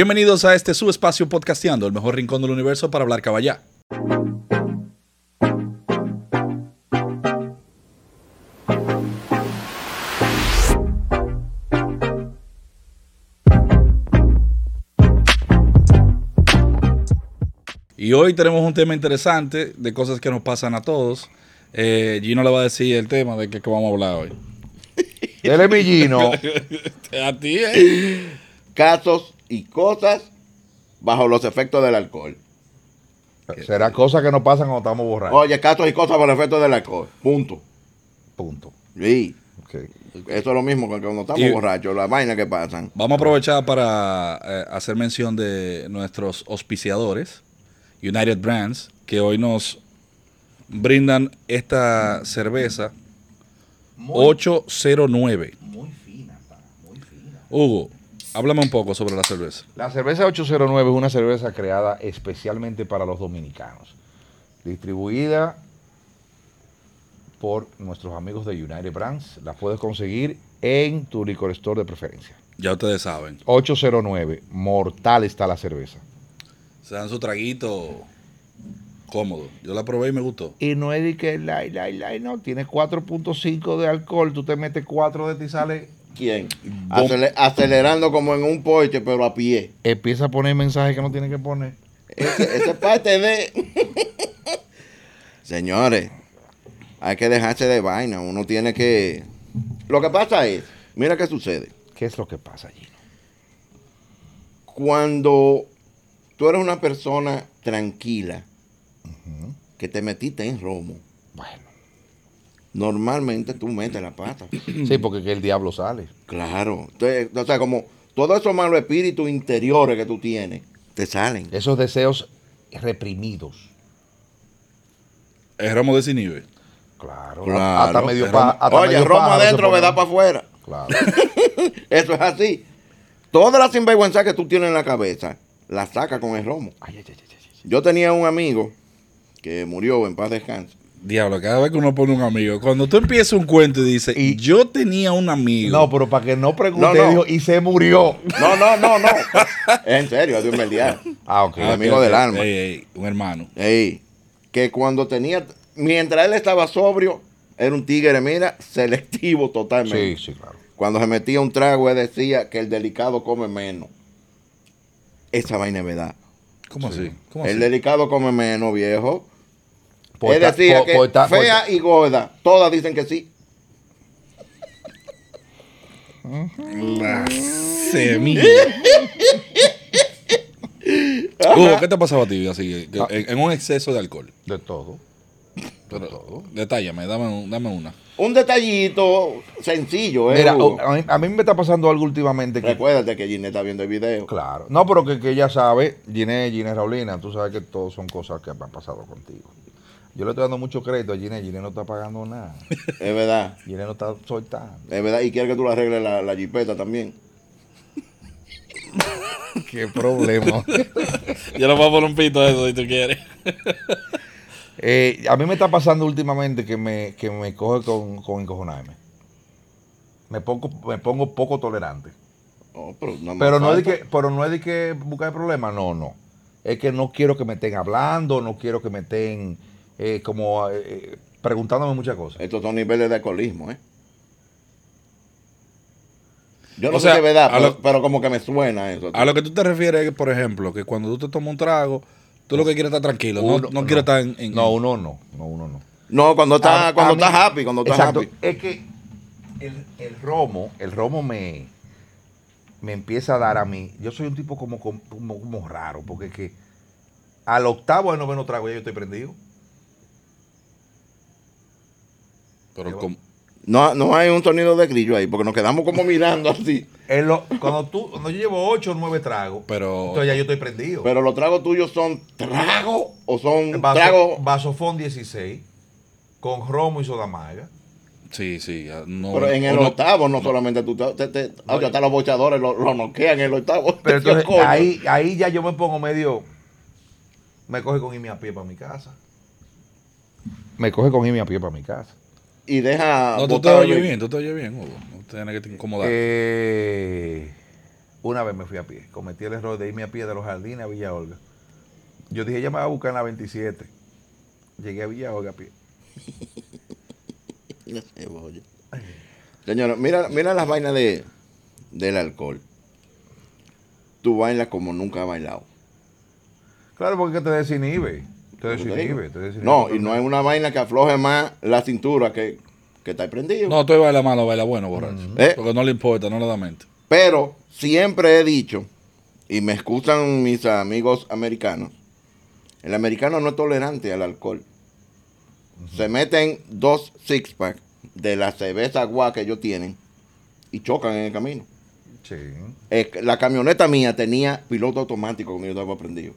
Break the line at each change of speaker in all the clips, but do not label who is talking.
Bienvenidos a este subespacio podcasteando, el mejor rincón del universo para hablar caballá. Y hoy tenemos un tema interesante de cosas que nos pasan a todos. Eh, Gino le va a decir el tema de que, que vamos a hablar hoy.
Dele mi Gino.
a ti, eh.
Casos y cosas bajo los efectos del alcohol.
Será cosas que nos pasan cuando estamos borrados.
Oye, casos y cosas bajo los efectos del alcohol. Punto.
Punto.
Sí.
Ok.
Eso es lo mismo que cuando estamos
Y-
borrachos, las vainas que pasan.
Vamos a aprovechar para eh, hacer mención de nuestros auspiciadores, United Brands, que hoy nos brindan esta cerveza 809.
Muy fina, pana, muy fina.
Hugo, háblame un poco sobre la cerveza.
La cerveza 809 es una cerveza creada especialmente para los dominicanos. Distribuida por nuestros amigos de United Brands. La puedes conseguir en tu licor store de preferencia.
Ya ustedes saben.
809. Mortal está la cerveza.
Se dan su traguito cómodo. Yo la probé y me gustó.
Y no es de que la, la, la, no. Tiene 4.5 de alcohol. Tú te metes 4 de ti y sale.
¿Quién?
Bom-
Acele- acelerando como en un poche, pero a pie.
Empieza a poner mensajes que no tiene que poner.
Ese- Esa es parte de. Señores, hay que dejarse de vaina. Uno tiene que. Lo que pasa es, mira qué sucede.
¿Qué es lo que pasa, Gino?
Cuando tú eres una persona tranquila, que te metiste en romo,
Bueno.
normalmente tú metes la pata.
Sí,
Mm.
porque que el diablo sale.
Claro. Entonces, o sea, como todos esos malos espíritus interiores que tú tienes, te salen.
Esos deseos reprimidos.
Es Ramo de Sinibe.
Claro.
Claro.
Hasta medio
Pero-
pa, hasta
Oye,
medio
Roma
pájaro se
adentro,
pone-
me da para afuera.
Claro.
Eso es así. Todas las sinvergüenzas que tú tienes en la cabeza, las sacas con el romo.
Ay, ay, ay, ay, ay, ay.
Yo tenía un amigo que murió en paz descanse.
Diablo, cada vez que uno pone un amigo, cuando tú empiezas un cuento y dices,
Y-
yo tenía un amigo.
No, pero para que no pregunte,
No, no.
dijo, y se murió.
No, no, no, no. en serio, Dios me liara.
Ah, ok.
Ah, amigo del alma.
Ey, ey, un hermano.
Ey, que cuando tenía, mientras él estaba sobrio, era un tigre, mira, selectivo totalmente.
sí, sí, claro.
Cuando se metía un trago, él decía que el delicado come menos. Esa vaina es verdad.
¿Cómo así? ¿Cómo
El
así?
delicado come menos, viejo.
Por
él
ta-
decía
por-
que
por ta- por
fea
ta-
y gorda, todas dicen que sí.
La semilla. Hugo, ¿qué te pasaba a ti así?
Ah.
que- En, en un exceso de alcohol.
De todo. De todo.
Detállame, dame, un- dame una.
Un detallito sencillo, ¿eh?
Mira, oh, ah,
Hugo?
a mí, a mí me está pasando algo últimamente que...
Recuérdate que Ginny está viendo el video.
Claro. No, pero que, que ella sabe, Gine, Gine Raulina, tú sabes que todo son cosas que han pasado contigo. Yo le estoy dando mucho crédito a Gine, Gine no está pagando nada.
Es verdad,
Gine no está soltando.
es verdad. Y quiere que tú le arregles la, la jipeta también.
Qué problema.
Yo lo voy a poner un pito de eso si tú quieres.
Eh, a mí me está pasando últimamente que me, que me coge con, con encojonarme. Me pongo, me pongo poco tolerante.
Oh, pero no, me
Pero no, es de
falta.
que, pero no es de que buscar problemas, no, no. Es que no quiero que me estén hablando, no quiero que me estén eh, como eh, preguntándome muchas cosas.
Estos son niveles de alcoholismo, ¿eh? Yo no
O
sé
sea,
si es verdad,
a
pero,
lo-
pero como que me suena eso.
A lo que tú te refieres es, por ejemplo, que cuando tú te tomas un trago, tú lo que quieres es estar tranquilo. no-
Uno-
no, quieres estar en. en-
No, uno no, no, uno no.
No, cuando
A-
estás
a
cuando
mí-
estás happy, cuando estás
Exacto.
happy.
Es que el, el romo, el romo me, me empieza a dar a mí. Yo soy un tipo como, como, como raro, porque es que al octavo al noveno trago ya yo estoy prendido.
Pero como-
No, no hay un sonido de grillo ahí, porque nos quedamos como mirando así.
En lo- cuando tú, cuando yo llevo ocho o nueve tragos,
Pero-
entonces ya yo estoy prendido.
Pero los tragos tuyos son trago o son
Vaso-
trago.
Vasofón 16, con romo y soda maga.
sí, sí. ya, No,
Pero en el
uno-
octavo no, solamente tú te, te- te- ah, ya hasta los bochadores lo, lo noquean en el octavo.
Pero entonces
Coño.
ahí, ahí ya yo me pongo medio. Me coge con irme a pie para mi casa. Me coge con irme a pie para mi casa.
Y deja.
No, tú te
botar- Eh,
oyes bien, tú te oyes bien, Hugo. No tienes que te incomodar.
Eh, Una vez me fui a pie. Cometí el error de irme a pie de los jardines a Villa Olga. Yo dije, ya me va a buscar en la 27. Llegué a Villa Olga a pie.
La cebolla. Señora, mira, mira las vainas de, del alcohol. Tú bailas como nunca has bailado.
Claro, porque es que te desinhibe. Te
Como te
desinhibe.
digo.
te desinhibe
No, y no
totalmente.
es una vaina que afloje más la cintura que, que está ahí prendido.
No, tú baila malo, baila bueno, borracho.
Eh.
Porque no le importa, no le da mente.
Pero siempre he dicho, y me excusan mis amigos americanos, el americano no es tolerante al alcohol. Se meten dos six-pack de la cerveza guá que ellos tienen y chocan en el camino.
Sí.
Eh, la camioneta mía tenía piloto automático cuando yo estaba prendido.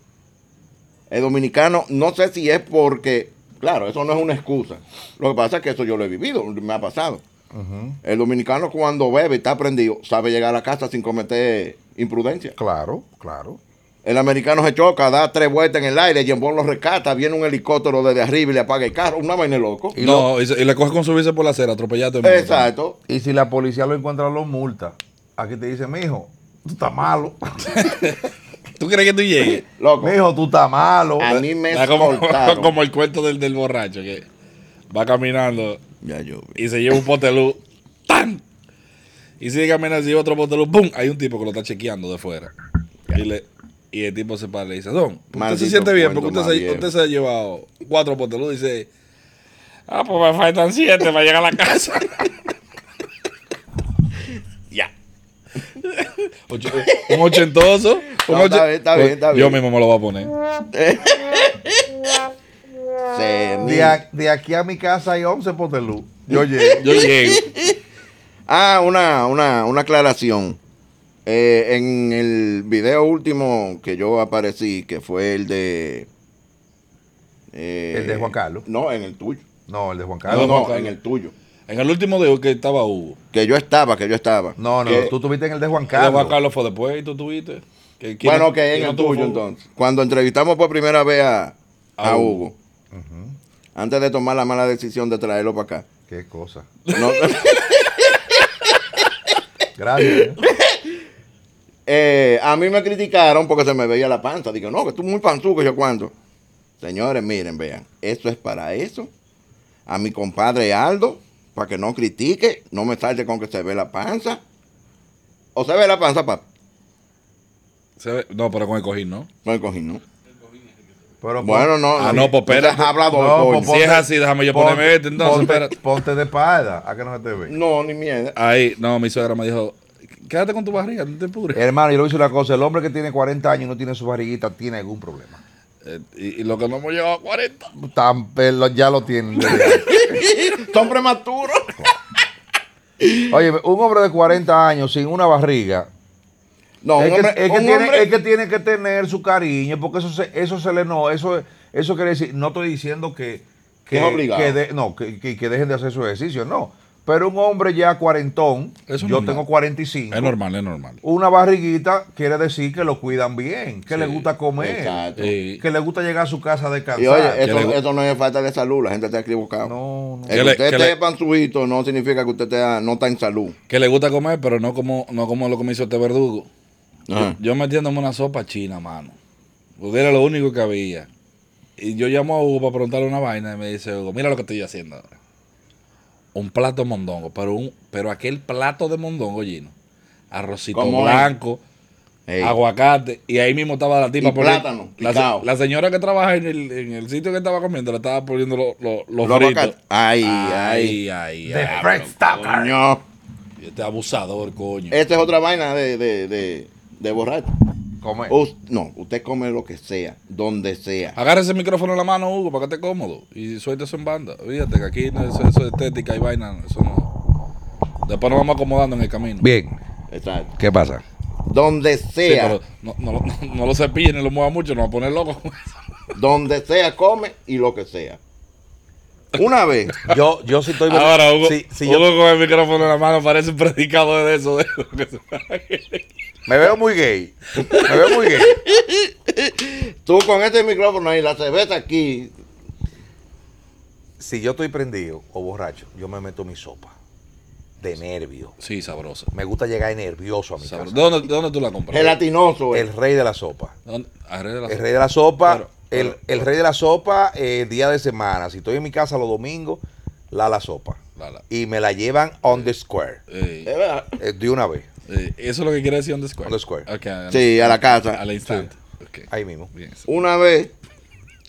El dominicano, no sé si es porque, claro, eso no es una excusa. Lo que pasa es que eso yo lo he vivido, me ha pasado.
Ujú.
El dominicano cuando bebe y está prendido, sabe llegar a la casa sin cometer imprudencia.
Claro, claro.
El americano se choca, da tres vueltas en el aire, Jim Bond lo rescata, viene un helicóptero desde arriba y le apaga el carro, una vaina de loco.
Y
no, y, se- y le coge con subirse por la acera, atropellado.
Exacto.
Y si la policía lo encuentra, lo multa. Aquí te dice, mijo, tú estás malo.
¿Tú crees que tú llegues?
Loco,
mijo, tú estás malo.
a mí me
Da como,
escoltaron.
como el cuento del, del borracho que va caminando
Ya llovió.
y se lleva un potelú. ¡Tan! Y sigue caminando, se lleva otro potelú. ¡Bum! Hay un tipo que lo está chequeando de fuera. Y, le- y el tipo se para y le dice, Don, usted
Maldito
se siente bien porque
cuento
usted se,
más
usted se ha llevado cuatro potelú. Dice, ah, pues me faltan siete para llegar a la casa. ya. Ocho- un ochentoso. un
No, está bien, está bien, está
Yo
bien.
mismo me lo voy a poner.
Se me-
De, a- de aquí a mi casa hay 11 potelú.
Eh,
Yo llego.
Yo llego.
Ah, una, una, una aclaración. Eh, en el video último que yo aparecí, que fue el de... eh,
El de Juan Carlos. Ah,
No, en el tuyo.
No, el de Juan
No,
Carlos.
Juan
no,
Carlos.
en el tuyo.
En el último de hoy que estaba Hugo.
Que yo estaba, que yo estaba.
No, no,
Que-
tú tuviste en el de Juan
Carlos.
Carlos.
Carlos fue después y tú tuviste. Que- ¿quién
Bueno,
no-
que
quién
en
no
el
tuvo
tuyo
fue Hugo?
entonces. Cuando entrevistamos por primera vez a,
A
a
Hugo.
Hugo, antes de tomar la mala decisión de traerlo para acá.
Qué cosa.
no,
Gracias. ¿eh?
eh, a mí me criticaron porque se me veía la panza. Digo, no, que tú muy panzuco, yo cuánto. Señores, miren, vean, eso es para eso. A mi compadre Aldo, para que no critique, no me salte con que se ve la panza. O se ve la panza, papá.
Se ve- No, pero con el cojín, ¿no?
No el cojín, ¿no?
Pero pon-
Bueno, no.
Ah, no, pues, espérate.
seas hablador,
No,
coño.
pues,
si
Ponte-
es así, déjame yo
pon-
ponerme este entonces.
ponte,
espérate.
ponte de espalda, a que no se te ve.
No, ni mierda.
Ahí, no, mi suegra me dijo, quédate con tu barriga, no te pudres.
Hermano, yo le voy a decir una cosa. El hombre que tiene 40 años y no tiene su barriguita tiene algún problema.
Eh, y, y lo que no hemos llegado a 40.
Tan pelo- ya lo tienen.
Son prematuros.
Oye, un hombre de 40 años sin una barriga.
No, un
es, que,
hombre,
es que
un
tiene,
hombre-
es que tiene que tener su cariño, porque eso se, eso se le no, eso, eso quiere decir, no estoy diciendo que, que,
Es obligado.
que de- no, que, que- que dejen de hacer su ejercicio, no. Pero un hombre ya cuarentón,
Eso es
yo
normal.
tengo 45,
Es normal, es normal.
una barriguita quiere decir que lo cuidan bien, que
Sí,
le gusta comer,
exacto.
Sí.
que le gusta llegar a su casa a
Y
descansar.
oye, eh, eso,
Que le-
eso no es falta de salud, la gente está equivocada.
no, no.
El
Que
que
le-
usted
que
esté
le-
panzuito no significa que usted esté- ah, no está en salud.
Que le gusta comer, pero no como, no como lo que me hizo este verdugo.
Ajá.
Yo metiéndome una sopa china, mano. Porque era lo único que había. Y yo llamo a Hugo para preguntarle una vaina y me dice, Hugo, mira lo que estoy haciendo ahora. Un plato de mondongo, pero, un, pero aquel plato de mondongo lleno. Arrocito
¿Cómo es?
blanco,
Ey.
aguacate. Y ahí mismo estaba la tipa
Y
poniendo-
plátano,
La,
picado.
se- la señora que trabaja en el, en el sitio que estaba comiendo le estaba poniendo lo- lo- los
Los
fritos.
aguacates. Ay, ay.
ay,
The
ay,
Fred
bro,
Stocker.
Coño.
Este abusador, coño.
Esta es otra vaina de, de, de, de borracho.
Comer.
Us- no, usted come lo que sea, donde sea.
Agarra ese micrófono en la mano, Hugo, para que esté cómodo. Y suelta eso en banda. Fíjate que aquí no, eso, eso es estética y vaina. Eso no. Después nos vamos acomodando en el camino.
Bien,
Exacto.
¿qué pasa?
Donde
Sí,
sea,
pero no, no, no- no lo cepillen ni lo mueva mucho, nos va a poner loco.
donde sea, come y lo que sea. Una vez,
Yo, yo sí estoy...
Ahora, Hugo,
sí- sí, yo-
Hugo con el micrófono en la mano parece un predicador de eso. De lo que se-
me veo muy gay, me veo muy gay.
tú con este micrófono y la cerveza aquí,
si yo estoy prendido o borracho, yo me meto mi sopa. de nervio.
Sí, sabrosa.
Me gusta llegar nervioso a mi
Sabro-
casa.
¿De dónde, de dónde tú la compras?
Gelatinoso.
El rey de la sopa.
¿Dónde? Arregla la-
El rey de la sopa,
Claro,
el,
claro.
el rey de la sopa, eh, día de semana. Si estoy en mi casa los domingos, la la sopa.
la- la-
Y me la llevan on the square.
eh,
Es verdad.
eh, de una vez,
eh, eso es lo que quiere decir on the square.
On the square.
Ok, al-
Sí, a la casa.
Al instante. Ok.
ahí mismo.
Bien.
Una vez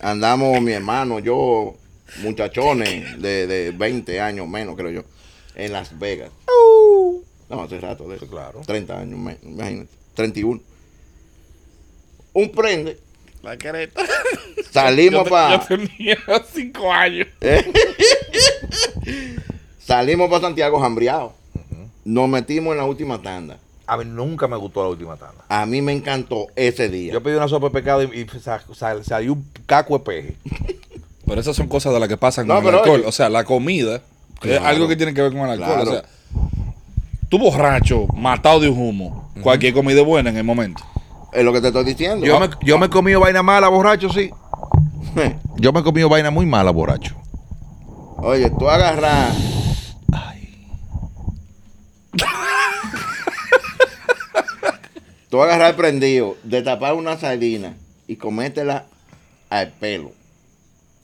andamos mi hermano, yo, muchachones de, de 20 años menos, creo yo, en Las Vegas. No, hace rato de eso.
Sí, claro.
30 años menos, imagínate. 31. Un prende.
La careta. Yo,
Salimos
te-
para
yo tenía cinco años.
salimos pa Santiago jambriados. Nos metimos en la última tanda.
A mí nunca me gustó la última tanda.
A mí me encantó ese día.
Yo pedí una sopa de pescado y, y sa- sal- salió un caco de peje.
Pero esas son cosas de las que pasan
No,
con el
pero
alcohol.
oye.
O sea, la comida es
Claro.
algo que tiene que ver con el alcohol.
Claro.
O sea, tú borracho, matado de un humo, cualquier comida es buena en el momento.
es lo que te estoy diciendo.
Yo me, yo me he comido vaina mala, borracho, sí. Yo me he comido vaina muy mala, borracho.
Oye, tú agarras. tú agarras el prendido, destapar una sardina y comértela al pelo.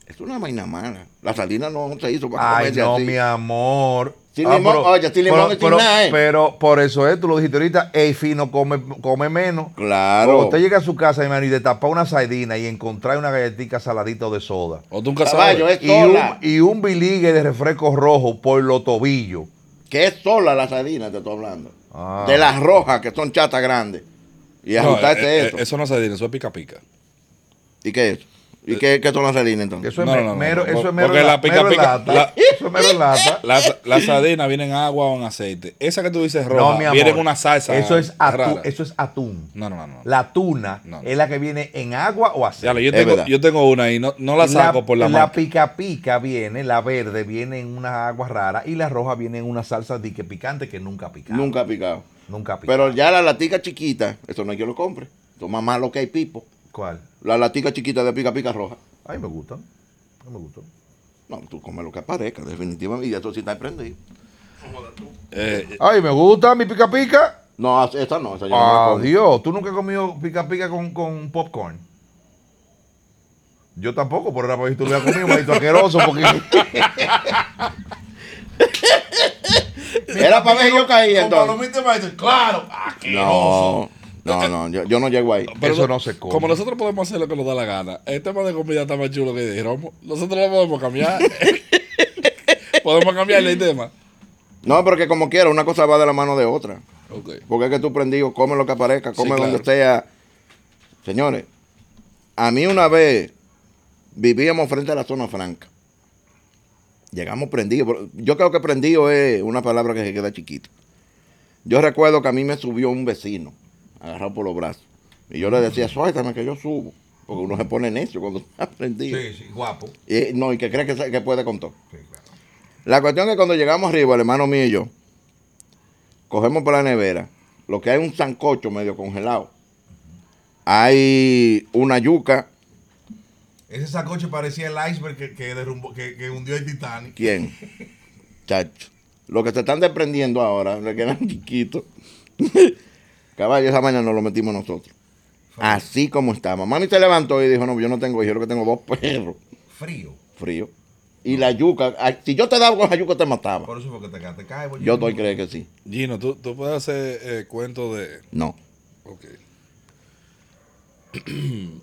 Es una vaina mala. La sardina no se hizo para
Ay,
comerse
no,
así.
mi amor. Ah,
Sin limón, oye, sin limón no
pero,
sin
pero,
nada, eh.
pero por eso es, tú lo dijiste ahorita, ey, fino, come, come menos.
Claro.
Cuando usted llega a su casa, hermano, y destapa una sardina y encontrar una galletita saladita o de soda.
O tú nunca sabes.
Caballo, es
Y un,
sola.
y un biligue de refresco rojo por los tobillos.
Que es sola la sardina, te estoy hablando.
Ah.
De las rojas, que son chatas grandes. Y
No,
ajustarte
eh, eh,
eso.
eso no se dice, eso es pica pica.
¿Y qué es? ¿Y qué, qué son las sardinas entonces?
Eso es
No,
me-
no, no,
mero,
no,
eso
no,
es mero
porque
la-
la pica,
mero
pica,
lata.
la-
Eso es mero lata.
La, la sardina viene en agua o en aceite. Esa que tú dices roja,
No, mi amor.
viene en una salsa.
Eso es, atún,
rara.
eso es atún.
No, no, no. no.
La tuna
No, no.
es la que viene en agua o aceite.
Dale, yo,
Es
tengo,
verdad.
yo tengo una y no, no la saco por la, marca.
pica pica viene, la verde viene en una agua rara y la roja viene en una salsa dique picante que nunca pica.
Nunca ha picado.
Nunca pica.
Pero ya la latica chiquita, eso no es que lo compre. Toma más lo que hay pipo.
¿Cuál?
La latica chiquita de pica pica roja.
Ay, me gusta. Ay, me gusta.
No, tú comes lo que aparezca, definitivamente. Y eso sí está prendido.
Eh,
Ay, me gusta mi pica pica.
No, esa no, esa yo no la
Ah,
como.
Dios, tú nunca has comido pica pica con, con popcorn. Yo tampoco, por ahora, si tú lo hubieras comido, maldito asqueroso, porque.
Era para ver si yo caía entonces.
palomita, maestro. Claro,
No, no, no, yo, yo no llego ahí.
pero
Eso no se come.
Como nosotros podemos hacer lo que nos da la gana, el tema de comida está más chulo que dijeron. Nosotros lo podemos cambiar. podemos cambiarle el tema.
No, pero que como quiera, una cosa va de la mano de otra.
Ok.
Porque es que tú prendido, come lo que aparezca, come
claro.
donde esté. Señores, a mí una vez vivíamos frente a la zona franca. Llegamos prendidos. pero Yo creo que prendido es una palabra que se queda chiquita. Yo recuerdo que a mí me subió un vecino, agarrado por los brazos. Y yo le decía, suéltame que yo subo. Porque uno se pone necio cuando está prendido.
Sí, sí, guapo.
Y, no, y que cree que, sa- que puede con todo.
Sí, claro.
La cuestión es que cuando llegamos arriba, el hermano mío y yo, cogemos para la nevera, lo que hay es un sancocho medio congelado. Hay una yuca,
Ese sacoche parecía el iceberg que, que derrumbó, que, que hundió el Titanic.
¿quién? Chacho. Lo que se están desprendiendo ahora, lo que eran chiquitos. Caballo, esa mañana nos lo metimos nosotros. Así como estamos. Mami se levantó y dijo, no, yo no tengo hijos, yo lo que tengo dos perros
Frío.
frío. Y la yuca, ay, si yo te daba con esa yuca te mataba.
Por eso fue que te quedaste cae, bollito.
Yo estoy creyendo que sí.
Gino, tú, tú puedes hacer eh, cuento de.
No.
Ok.
Sí.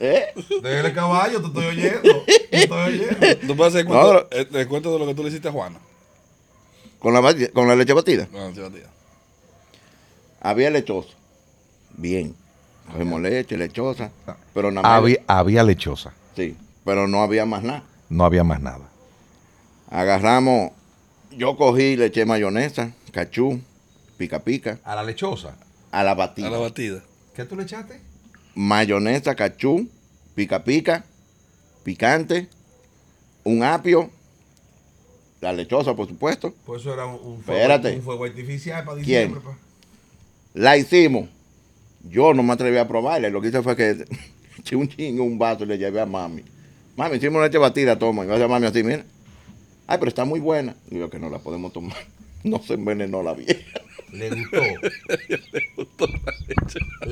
¿Eh?
Déjale caballo, te estoy oyendo. Te estoy oyendo.
Tú puedes hacer
No,
cuento, eh, de cuento de lo que tú le hiciste a Juana.
¿Con la, bat- con la leche batida?
No, sí, tía.
Había lechosa. Bien. Cogimos leche, lechosa. Pero nada más.
Había, había lechosa,
Sí. Pero no había más nada.
no había más nada.
Agarramos. Yo cogí, le eché mayonesa, cachú, pica pica,
¿A la lechosa?
a la batida.
A la batida.
¿Qué tú le echaste?
Mayonesa, cachú, pica pica, picante, un apio, la lechosa, por supuesto.
Pues eso era un, un fuego,
Espérate.
un fuego artificial para
¿Quién?
diciembre. pa.
La hicimos. Yo no me atreví a probarla. Lo que hice fue que eché un chingo, un vaso y le llevé a mami. Mami, hicimos una leche batida, toma. Y yo a mami así, mira. Ay, pero está muy buena. Y yo que no la podemos tomar. No se envenenó la vieja.
Le gustó.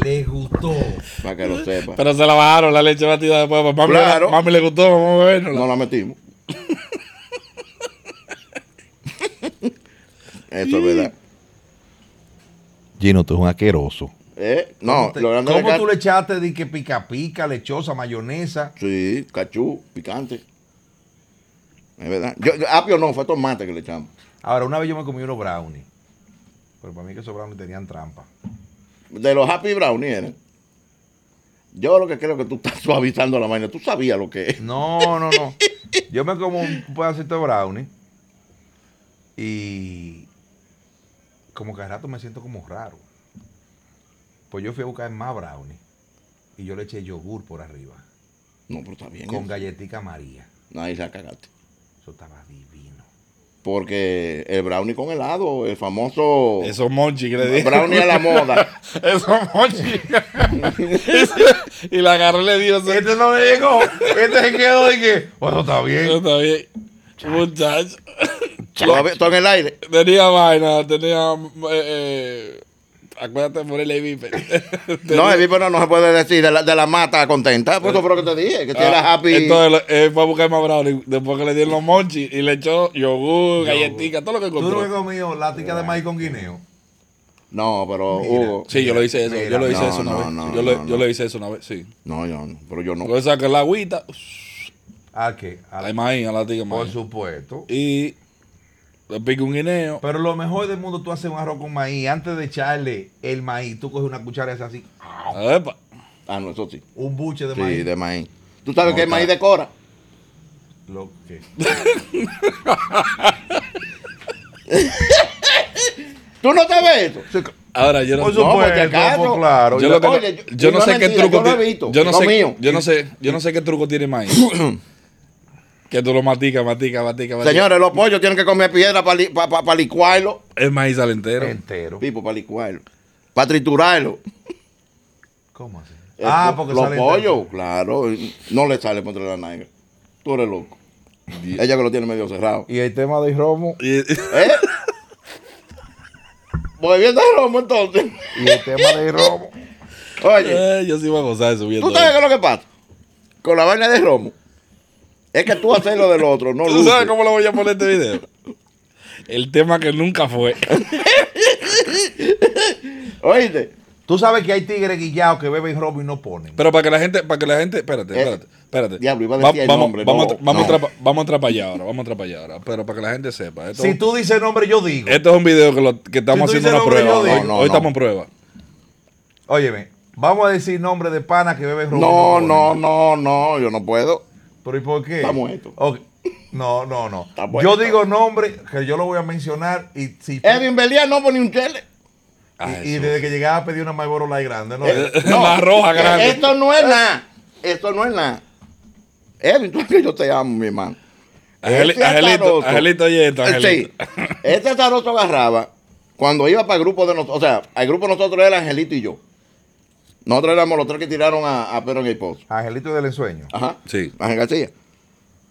Le gustó.
Para que lo sepa.
Pero se la bajaron la leche batida después. pues, Mami,
Claro.
mami le gustó, vamos a bebernos.
No la metimos. Eso es verdad.
Gino, tú eres un asqueroso.
¿Eh? No,
Te-
lo grande de
¿Cómo
ca-
tú le echaste de que pica pica, lechosa, mayonesa?
Sí, cachú, picante. Es verdad. Yo, yo- apio no, fue tomate que le echamos.
Ahora, una vez yo me comí unos brownies. Pero para mí que esos brownies tenían trampa.
De los Happy Brownie era. Yo lo que creo que tú estás suavizando la vaina. Tú sabías lo que es.
No, no, no. Yo me como un pedacito de brownie y como que al rato me siento como raro. Pues yo fui a buscar más brownie y yo le eché yogur por arriba
No, pero está bien. ¿eh?
con galletica María.
Ahí la cagaste.
Eso estaba divino.
Porque el brownie con helado, el famoso
Esos monchi que le dije.
brownie a la moda.
Esos monchi. y la agarró y le dio. ese-
Este no le llegó. Este se quedó y que, bueno, está bien.
Está bien. Muchacho.
Todavía Está en el aire.
Tenía vaina, tenía. eh, eh, acuérdate de ponerle vipe.
No, el pero no se puede decir de la, de la mata contenta. Pues eso fue lo que te dije, que tú eras
Ah,
happy.
Entonces él fue a buscar más brownie después que le dieron los monchis y le echó yogur, galletica, todo lo que
Tú no he
encontró.
comido lática de maíz con guineo.
no, pero Hugo.
Sí, yo lo hice eso,
Mira,
yo lo hice
no,
eso una
no,
vez.
no,
yo, lo,
no,
yo
no.
lo hice eso una vez, sí.
No, yo no, pero yo no.
Luego saqué la agüita,
¿A qué? A-
hay maíz, a la tica
por
maíz.
supuesto.
Y le pico un guineo.
Pero lo mejor del mundo, tú haces un arroz con maíz. Antes de echarle el maíz, tú coges una cuchara y haces así,
Epa.
Ah, no, eso sí.
un buche de
Sí,
maíz.
de maíz. ¿Tú sabes que el
Mortal.
maíz decora?
Lo que-
¿Tú no sabes eso?
Ahora yo no
Por
sé.
No, por si
supuesto,
acaso.
pues claro.
Yo,
Yo-
lo que no-
oye, yo-
yo no
no
sé
es
qué
mentira,
truco
yo lo he
ti-
visto,
yo no
no
sé
mío.
yo no sé yo no sé qué truco tiene maíz que tú lo maticas maticas maticas maticas.
Señores, los pollos tienen que comer piedra para licuarlo.
es maíz al entero
entero.
Pipo, para licuarlo. Para triturarlo.
¿Cómo así? Ah,
Eh, Los
sale
pollos,
entero.
claro. No le sale por entre la negra. Tú eres loco. Ella que lo tiene medio cerrado.
Y el tema de romo,
Y-
¿Eh? Pues Volviendo al romo, entonces.
y el tema de romo.
Oye,
Eh, yo sí voy a gozar subiendo
¿tú sabes qué es lo que pasa? Con la vaina de romo. Es que tú haces lo del otro, no
¿Tú sabes
luces.
cómo lo voy a poner este video? El tema que nunca fue.
Oíste.
Tú sabes que hay tigres guillados que beben romo y no ponen.
Pero para que la gente, para que la gente, espérate,
Eh,
espérate, espérate.
diablo, iba a
Va-
decir el
vamos,
nombre,
vamos,
no,
a- vamos,
no.
a atrapa- vamos a atrapar ya ahora, vamos a atrapar ya ahora. Pero para que la gente sepa, esto,
si tú dices nombre, yo digo.
esto es un video que, lo- que estamos
Si
haciendo
tú dices
una
nombre,
prueba.
yo
hoy
digo. No, no,
hoy
no.
estamos en prueba.
Óyeme, vamos a decir nombre de pana que beben romo.
No,
y
no,
ponen.
no, no, yo no puedo.
¿Pero y por qué?
Está muerto.
Ok. No, no, no.
Está muerto.
Yo digo nombre que yo lo voy a mencionar y si tú-
Edwin Belía no pone un chele.
Ah,
y, y
eso. Eh,
desde que llegaba pedí una Marlboro Light grande, ¿no?
La roja grande.
Esto no este es nada. Esto no es nada. Edwin, tú sabes que yo te amo, mi hermano.
Angeli-
Ese
Angelito,
azaroso.
Angelito, oye esto,
Eh, Sí.
Angelito.
Este taroto agarraba cuando iba para el grupo de nosotros. O sea, el grupo de nosotros era Angelito y yo. Nosotros éramos los tres que tiraron a, a Pedro en el pozo.
Angelito del ensueño.
Ajá.
Sí.
Ángel García.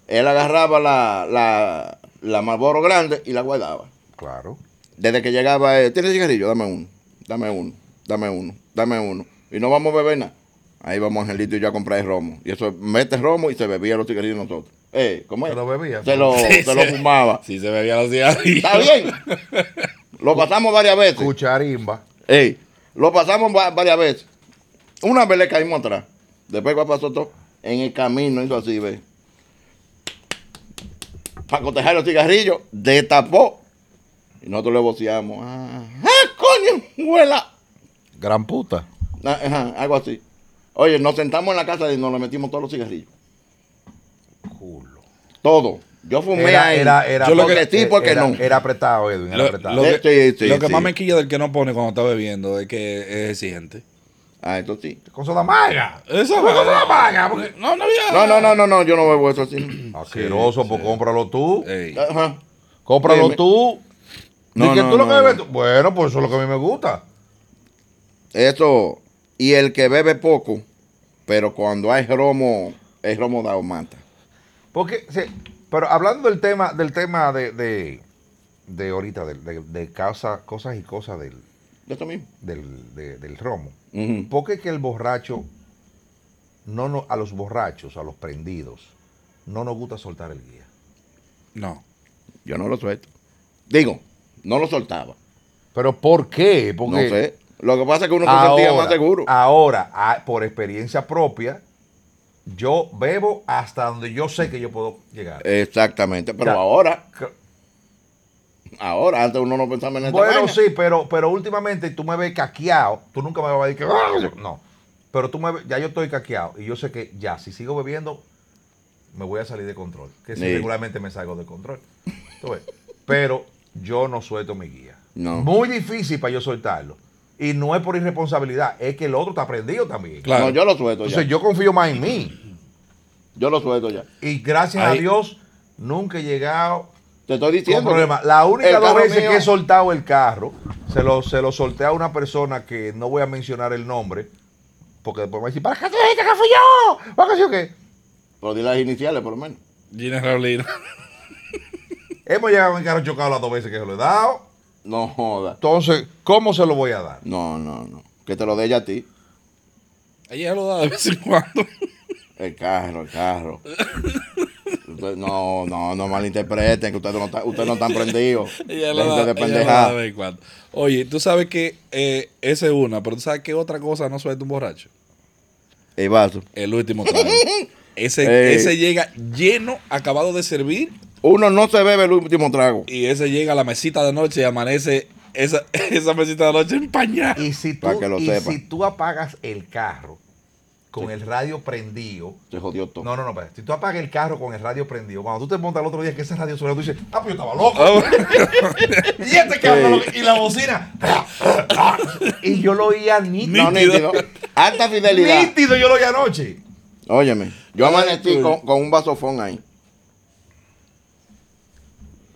Él agarraba la, la, la Marlboro grande y la guardaba.
Claro.
Desde que llegaba, eh, ¿tienes cigarrillo? Dame uno, dame uno, dame uno, dame uno. Y no vamos a beber nada. Ahí vamos Angelito y yo a comprar el romo. Y eso, mete romo y se bebía los cigarrillos nosotros. Eh, ¿cómo es?
Se lo bebía.
Se lo,
Sí,
se lo fumaba.
Sí, se bebía los cigarrillos.
¿Está bien? Lo pasamos varias veces.
Cucharimba.
Ey, lo pasamos va- varias veces. Una vez le caímos atrás. Después cuando pasó todo, en el camino hizo así, ve. Para cotejar los cigarrillos, destapó. Y nosotros le voceamos. ¡Ah, ah, coño! ¡Huela!
Gran puta.
Ah, ajá, algo así. Oye, nos sentamos en la casa y nos le metimos todos los cigarrillos.
Culo.
Todo. Yo fumé
Era,
ahí.
era, era.
Yo lo
porque sí, porque
era-
no.
Era apretado, Edwin. Era
Lo,
apretado.
lo que,
Sí, sí,
lo que
sí.
más me quilla del que no pone cuando está bebiendo es que es exigente.
Ah, esto sí.
Cosa de maga.
Eso
Cosa de maga. porque-
No, no había.
No, no, no, no, no, yo no bebo eso así.
Asqueroso, pues cómpralo tú.
Ey.
Ajá.
Cómpralo
Dime.
tú.
No,
Ni que
no,
tú lo
no,
que
no.
bebes tú- Bueno, pues eso es lo que a mí me gusta.
Eso. Y el que bebe poco, pero cuando hay romo, es romo dado mata.
Porque, se- pero hablando del tema, del tema de, de- de ahorita, de, de, de causa- cosas y cosas del,
De esto mismo.
del, de- del romo.
Ujú.
¿Por qué es que el borracho, no, no, a los borrachos, a los prendidos, no nos gusta soltar el guía?
No.
Yo no lo suelto. Digo, no lo soltaba.
¿Pero por qué? Porque
No sé. Lo que pasa es que uno se sentía
ahora,
más seguro.
ahora, ah, por experiencia propia, yo bebo hasta donde yo sé que yo puedo llegar.
Eh, Exactamente. Pero
Ya.
ahora,
Que-
ahora, antes uno no pensaba en esta
Bueno,
vaina.
sí, pero, pero últimamente tú me ves caqueado. Tú nunca me vas a decir que. "Ah", No. Pero tú me ves, ya yo estoy caqueado. Y yo sé que ya, si sigo bebiendo, me voy a salir de control. Que si
Sí.
regularmente me salgo de control. Tú ves. Pero yo no suelto mi guía.
No.
Muy difícil para yo soltarlo. Y no es por irresponsabilidad, es que el otro está prendido también.
Claro.
No, yo lo suelto ya.
Entonces yo confío más en mí.
Yo lo suelto ya.
Y gracias
Ahí-
a Dios, nunca he llegado
Te estoy
con
diciendo.
problema. La única
El
dos
carro
veces
mío-
que he soltado el carro, se lo, se lo solté a una persona que no voy a mencionar el nombre, porque después me va a decir, ¿para qué te dijiste que fui yo? ¿Para qué sí o qué?
Pero di las iniciales, por lo menos.
Gina Raulino.
Hemos llegado en carro chocado las dos veces que se lo he dado.
No joda.
Entonces, ¿cómo se lo voy a dar?
No, no, no. Que te lo dé ella a ti.
Ella lo da de vez en cuando.
El carro, el carro. Usted- no, no, no malinterpreten, que ustedes no, está- ustedes no están prendidos.
Ella lo
Gente
da,
de
ella lo
pendejada.
da de vez en cuando. Oye, tú sabes que eh, esa es una, pero tú sabes que otra cosa no suelta un borracho.
El vaso.
El último trago. Ese,
Ey.
ese llega lleno, acabado de servir,
Uno no se bebe el último trago.
y ese llega a la mesita de noche y amanece esa, esa mesita de noche empañada.
Y si tú,
Para que lo
y
sepa.
si tú apagas el carro con el radio prendido,
Se jodió todo.
no, no, no, espérate. si tú apagas el carro con el radio prendido, cuando tú te montas el otro día que ese radio suena, tú dices, ah, pues yo estaba loco. Y este cabrón, y la bocina. y yo lo oía nítido.
No, nítido. Alta fidelidad.
nítido, yo lo oía anoche.
Óyeme, yo
Ay,
amanecí
tú.
con, con un vasofón ahí.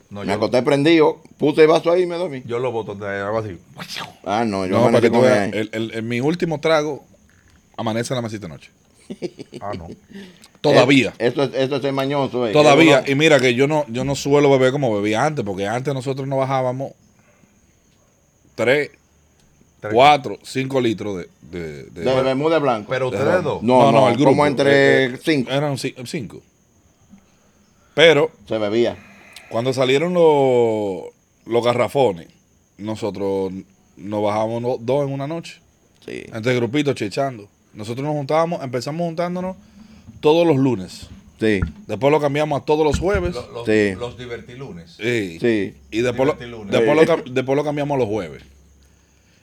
No,
Me
yo,
acosté prendido, puse el vaso ahí y me dormí.
yo lo boto, entonces, algo así.
Ah, no, yo
No, para
amanecí
que tú
con él
veas, eh,
ahí.
el- el- el- mi último trago amanece en la mesita de noche.
Ah, no.
Todavía.
Eh, Esto es, esto es ser mañoso. eh, que
Todavía,
uno-
y mira que yo no, yo no suelo beber como bebía antes, porque antes nosotros no bajábamos 3,
Tres.
4, 5 litros de... de, de-
de Bermuda Blanco.
Pero
de
ustedes
ron.
dos.
No, no,
el grupo.
como
Eh,
entre
eh,
cinco.
Eran 5. Pero
se bebía.
cuando salieron los, los garrafones, nosotros nos bajábamos no- dos en una noche.
Sí.
Entre grupitos, chichando. Nosotros nos juntábamos, empezamos juntándonos todos los lunes.
Sí,
Después lo cambiamos a todos los jueves.
Los, los,
Sí.
los divertilunes.
Sí.
sí.
Y después lo,
Divertilunes.
después, lo, cam- después lo cambiamos a los jueves.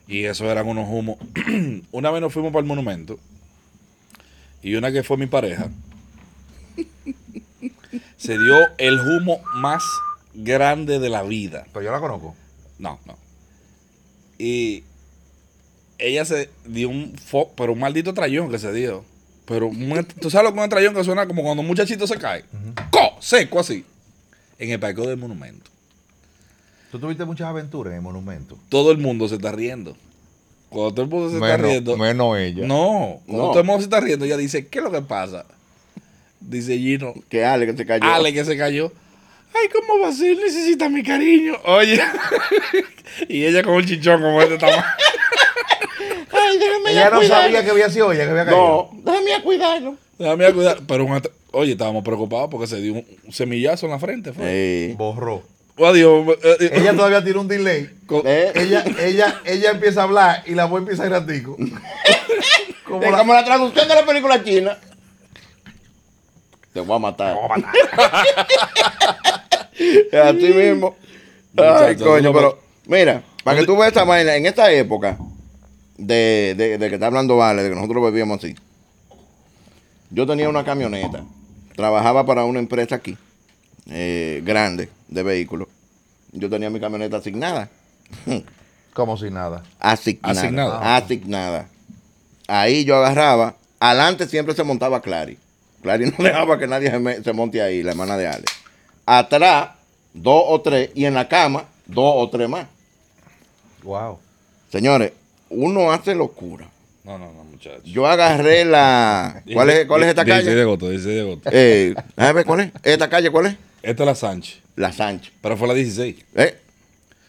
Y eso eran unos humos. una vez nos fuimos para el monumento. Y una que fue mi pareja. se dio el humo más grande de la vida.
Pero pues yo la conozco.
No, no. Y ella se dio un fo- pero un maldito trayón que se dio. Pero un- tú sabes lo que es un trayón que suena como cuando un muchachito se cae. Co, seco así. En el parqueo del monumento.
Tú tuviste muchas aventuras en el monumento.
Todo el mundo se está riendo. Cuando todo el mundo se está riendo.
menos ella.
No, cuando
No.
todo el mundo se está riendo, ella dice, ¿qué es lo que pasa? Dice Gino,
Que Ale que se cayó.
Ale que se cayó. Ay, ¿cómo va a ser? Necesita mi cariño. Oye. y ella con un chichón como este tamaño.
Ay, déjame
Ella
ya
no
cuidarlo.
sabía que había sido ella que había caído.
No, déjame ya cuidarlo.
Déjame ir a cuidar. Pero un atra- oye, estábamos preocupados porque se dio un un semillazo en la frente. Fue.
Sí.
Borró.
Adiós. eh, eh,
Ella todavía tiene un delay.
co-
Eh,
Ella, ella, ella empieza a hablar y la voz empieza a ir ratico.
es
Como
como la traducción de la película china. Te voy a matar. a ti mismo. Ay,
Muchacho,
coño,
no,
pero mira, para que tú veas esta vaina, en esta época de, de- de que está hablando Vale, de que nosotros bebíamos así, yo tenía una camioneta, trabajaba para una empresa aquí, eh, grande, de vehículos. Yo tenía mi camioneta asignada.
Como si nada.
Asignada.
Asignada.
Asignada. Ahí yo agarraba. Adelante siempre se montaba Clary. Clary no dejaba que nadie se, me- se monte ahí, la hermana de Ale. Atrás, dos o tres. Y en la cama, dos o tres más.
Wow.
Señores, uno hace locura.
No, no, no, muchachos.
Yo agarré la. ¿Cuál es, cuál es esta
Dice
calle?
de Goto, dice de Goto.
Eh, déjame ver cuál es. ¿Esta calle cuál es?
Esta es la Sánchez.
La Sánchez.
Pero fue la 16.
Eh,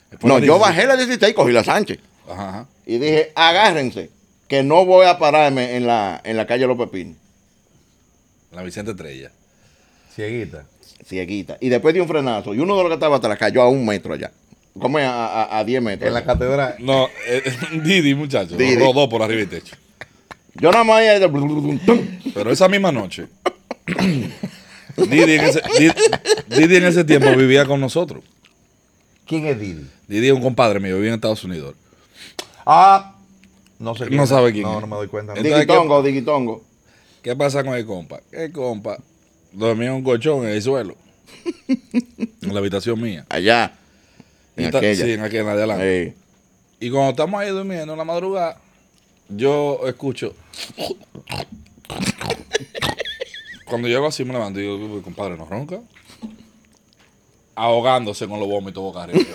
Después
No,
de
yo
dieciséis-
bajé la 16 y cogí la Sánchez.
Ajá, ajá.
Y dije, agárrense, que no voy a pararme en la, en la calle Los Pepinos.
La Vicente Estrella.
Cieguita.
Cieguita. Y después di un frenazo. Y uno de los que estaba atrás cayó a un metro allá. ¿Cómo es? A, a- a 10 metros.
En la catedral.
No, eh, Didi, muchacho.
Didi.
Rodó por arriba del techo.
Yo nada más ahí,
Pero esa misma noche, Didi en, ese, Didi- Didi en ese tiempo vivía con nosotros.
¿Quién es Didi?
Didi es un compadre mío, vivía en Estados Unidos.
Ah, no sé
No
es.
sabe quién
No,
es.
no me doy cuenta.
Entonces,
digitongo, digitongo.
¿Qué pasa con el compa? El compa dormía en un colchón en el suelo, en la habitación mía.
Allá.
Y
En
ta-
aquella.
Sí, en aquella, en la de adelante.
Eh,
Y cuando estamos ahí durmiendo en la madrugada, yo escucho. Cuando yo hago así, me levanto y digo, "Uy, compadre, ¿no ronca? Ahogándose con los vómitos boca arriba.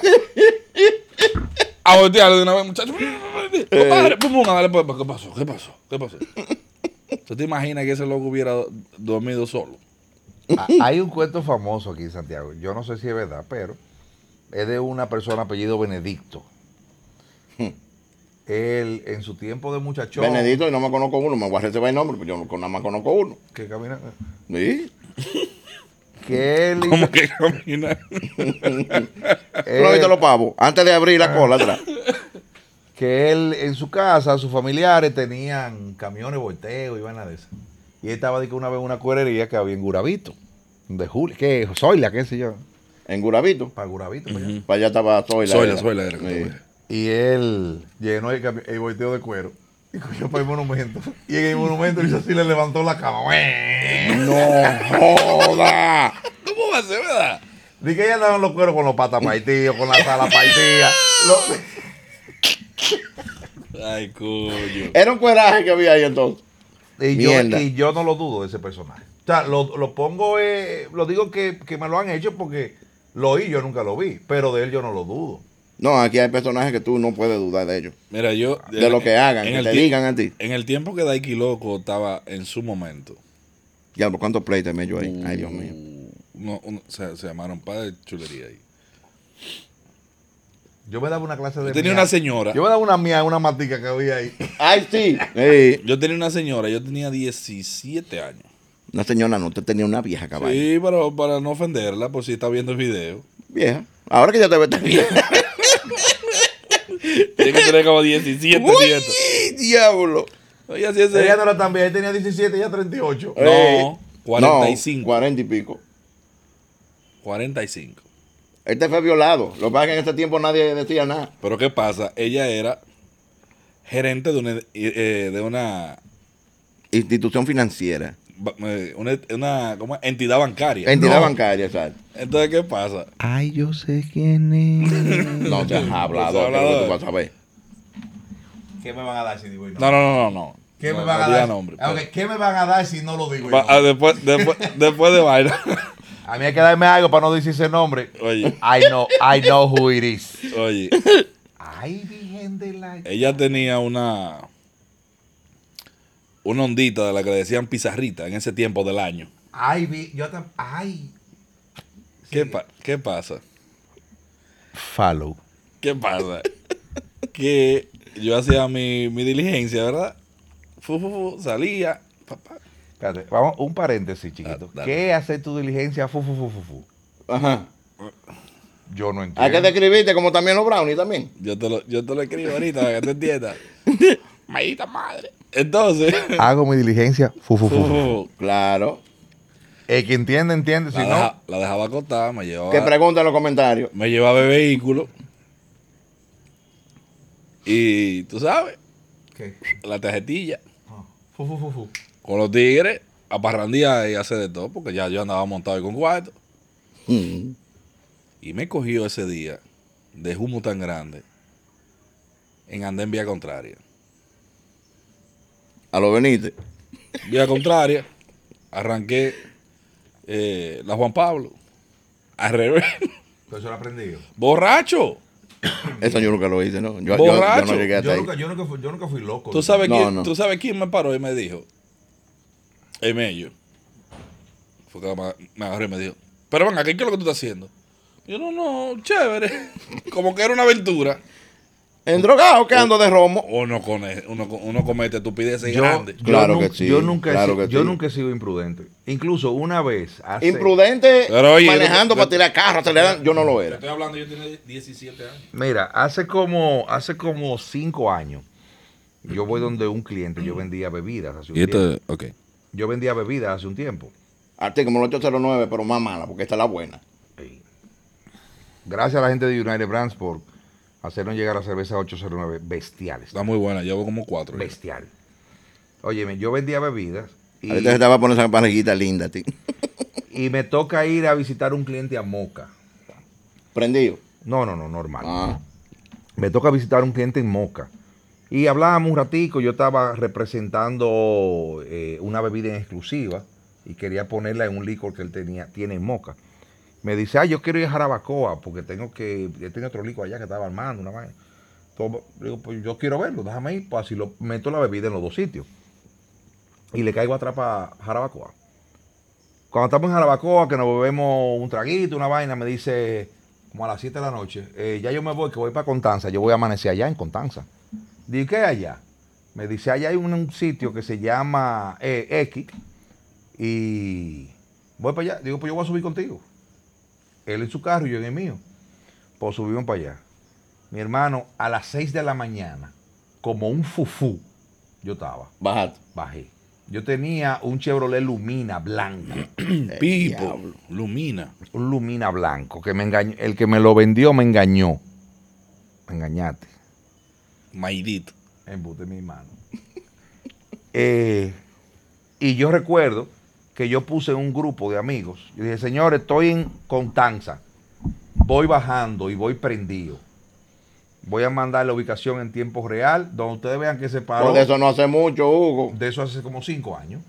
A voltearle de una vez, muchacho. Compadre, pum, pum, a darle pa- pa- ¿Qué pasó? ¿Qué pasó? ¿Qué pasó? ¿Tú te imaginas que ese loco hubiera do- dormido solo?
Ah, Hay un cuento famoso aquí en Santiago. Yo no sé si es verdad, pero es de una persona apellido Benedicto. Él, en su tiempo de muchachón,
Benedito, y no me conozco uno. Me voy a reservar el nombre, pero yo no- nada más conozco uno.
que camina,
¿Sí?
que él, eh,
¿Cómo que camina?
¿Tú no
él-
viste los pavos? Antes de abrir la cola atrás.
que él en su casa, sus familiares tenían camiones volteo y vainas de esas. Y él estaba de que una vez en una cuerería que había en Gurabito, de Julio, que Zoila, qué sé yo,
En Gurabito.
para Gurabito. para allá.
Para allá estaba Zoila.
Soy la,
era.
soy la. era que
Sí.
tú ves.
Y él llenó el, cami- el volteo de cuero y cogió para el monumento. Y en el monumento hizo así, le levantó la cama.
¡No joda!
¿Cómo va a ser, verdad?
Dije que ya andaban los cueros con los patas partidos, con la sala partida. Lo-
Ay, coño.
Era un cueraje que había ahí entonces.
y, yo,
Mierda.
y yo no lo dudo de ese personaje. O sea, lo, lo pongo, eh, lo digo que, que me lo han hecho porque lo oí, yo nunca lo vi, pero de él yo no lo dudo.
No, aquí hay personajes que tú no puedes dudar de ellos.
Mira, yo.
De lo que hagan, que
el
te
tie-
digan a ti.
En el tiempo que Daiki Loco estaba en su momento,
Ya, pero ¿cuántos play te me yo ahí? Ay, Dios mío.
no, uno- se, se llamaron para de chulería ahí.
Yo me daba una clase de.
Yo tenía
mía.
una señora.
Yo me daba una mía, una matica que había ahí.
¡Ay, sí! Sí.
Yo tenía una señora, yo tenía 17 años.
Una señora no, te tenía una vieja caballo.
Sí, pero para no ofenderla, por si está viendo el video.
Vieja. Ahora que ya te ves tan vieja.
Tiene que tener como 17, nietos.
¡Uy, diablo!
Oye, así es.
Ella
eh.
no era tan vieja, ella tenía 17, ella 38.
No,
No,
45.
40 y pico.
45.
Este fue violado. Lo que pasa es que en ese tiempo nadie decía nada.
Pero ¿qué pasa? Ella era gerente de una, eh, de una,
Institución financiera.
ba- eh, una, una- ¿cómo es? entidad bancaria.
Entidad
No.
bancaria, exacto.
Entonces, ¿qué pasa?
Ay, yo sé quién es.
No seas hablado,
hablador.
pero tú vas a ver.
¿Qué me van a dar si digo y
No, no, no, no. no.
¿Qué
No,
me van
no
a
diga
dar?
nombre,
Ah, ok,
pero-
¿Qué me van a dar si no lo digo?
Va-
yo?
ah, después, después, después de vaina.
A mí hay que darme algo para no decir ese nombre.
Oye,
I know, I know who it is.
oye.
Ay, virgen de la.
Ella tenía una. Una ondita de la que le decían pizarrita en ese tiempo del año.
Ay, vi, yo tam- Ay.
¿Qué, pa- qué pasa?
Follow.
¿Qué pasa? que yo hacía mi, mi diligencia, ¿verdad? Fu, fu, fu, salía. pa, pa.
Espérate, vamos, un paréntesis, chiquito.
Da- Ah, dale.
¿Qué hace tu diligencia? Fu, fu, fu, fu, fu.
Ajá.
Yo no entiendo.
¿A qué te escribiste? Como también los Brownie también.
Yo, te lo, yo te lo escribo ahorita para que te entiendas. Maldita madre. Entonces.
Hago mi diligencia. Fu, fu,
fu,
fu,
fu,
fu.
fu.
Claro.
El que entiende, entiende. Si
La,
no,
deja- la dejaba acostada, me
Que
llevaba.
pregunta en los comentarios.
me llevaba el vehículo. Y tú sabes,
¿qué?
la tarjetilla
Ah, Fu, fu, fu, fu.
con los tigres, a parrandear y hacer de todo, porque ya yo andaba montado ahí con cuarto.
Mm.
Y me cogió ese día de humo tan grande en andén vía contraria.
A lo veniste.
Vía contraria, arranqué eh, la Juan Pablo. Al revés.
Pero Eso lo aprendí yo.
¡Borracho!
Eso yo nunca lo hice, ¿no? Yo, yo- yo
Borracho.
no llegué hasta
Yo
ahí.
nunca, yo, nunca fui, yo nunca fui loco.
¿Tú sabes,
No,
quién,
no.
¿Tú sabes quién me paró y me dijo? Emelio. Fue que me, me agarró y me dijo, pero venga, ¿qué, ¿qué es lo que tú estás haciendo? Yo no, no, chévere. Como que era una aventura.
En drogado que ando de romo.
Uno, cone- uno, co- uno comete estupideces
Yo,
grandes.
yo
Claro que
nun-
sí,
yo nunca, he
claro
si-
que
yo
sí.
nunca he sido imprudente. Incluso una vez.
Ah,
hace-
Imprudente
Pero oye,
manejando
yo-
para tirar carro, aceleran. Yo no lo era.
Estoy hablando, yo tenía 17 años.
Mira, hace como, hace como cinco años, yo voy donde un cliente, yo vendía bebidas hace un
Y
tiempo.
esto, ok.
Yo vendía bebidas hace un tiempo.
Arte como el 809, pero más mala, porque esta es la buena.
Ey. Gracias a la gente de United Brands por hacernos llegar a cerveza 809 bestiales.
Está muy buena, llevo como cuatro. ya.
Bestial. Óyeme, yo vendía bebidas y,
Ahorita se te va a poner esa parejita linda, ti.
y me toca ir a visitar un cliente a Moca.
Prendido.
No, no, no, normal.
Ah,
me toca visitar un cliente en Moca. Y hablábamos un ratico, yo estaba representando eh, una bebida en exclusiva y quería ponerla en un licor que él tenía, tiene en Moca. Me dice, ah, yo quiero ir a Jarabacoa porque tengo que, yo tenía otro licor allá que estaba armando, una vaina. Entonces, digo, pues yo quiero verlo, déjame ir, pues así lo meto la bebida en los dos sitios. Y le caigo atrás para Jarabacoa. Cuando estamos en Jarabacoa, que nos bebemos un traguito, una vaina, me dice, como a las 7 de la noche, eh, ya yo me voy, que voy para Contanza, yo voy a amanecer allá en Contanza. Digo, ¿qué hay allá? Me dice, allá hay un, un sitio que se llama eh, X y voy para allá. Digo, pues yo voy a subir contigo. Él en su carro y yo en el mío. Pues subimos para allá. Mi hermano, a las 6 de la mañana, como un fufú, yo estaba,
bajate.
bajé. Yo tenía un Chevrolet Lumina blanca.
Pipo,
diablo.
Lumina.
un Lumina blanco que me engañó. El que me lo vendió me engañó. Me engañaste.
Maidito.
Embute mi mano. Eh, y yo recuerdo que yo puse un grupo de amigos. Yo dije, señores, estoy en Contanza. Voy bajando y voy prendido. Voy a mandar la ubicación en tiempo real, donde ustedes vean que se paró.
Pero de eso no hace mucho, Hugo.
de eso hace como cinco años.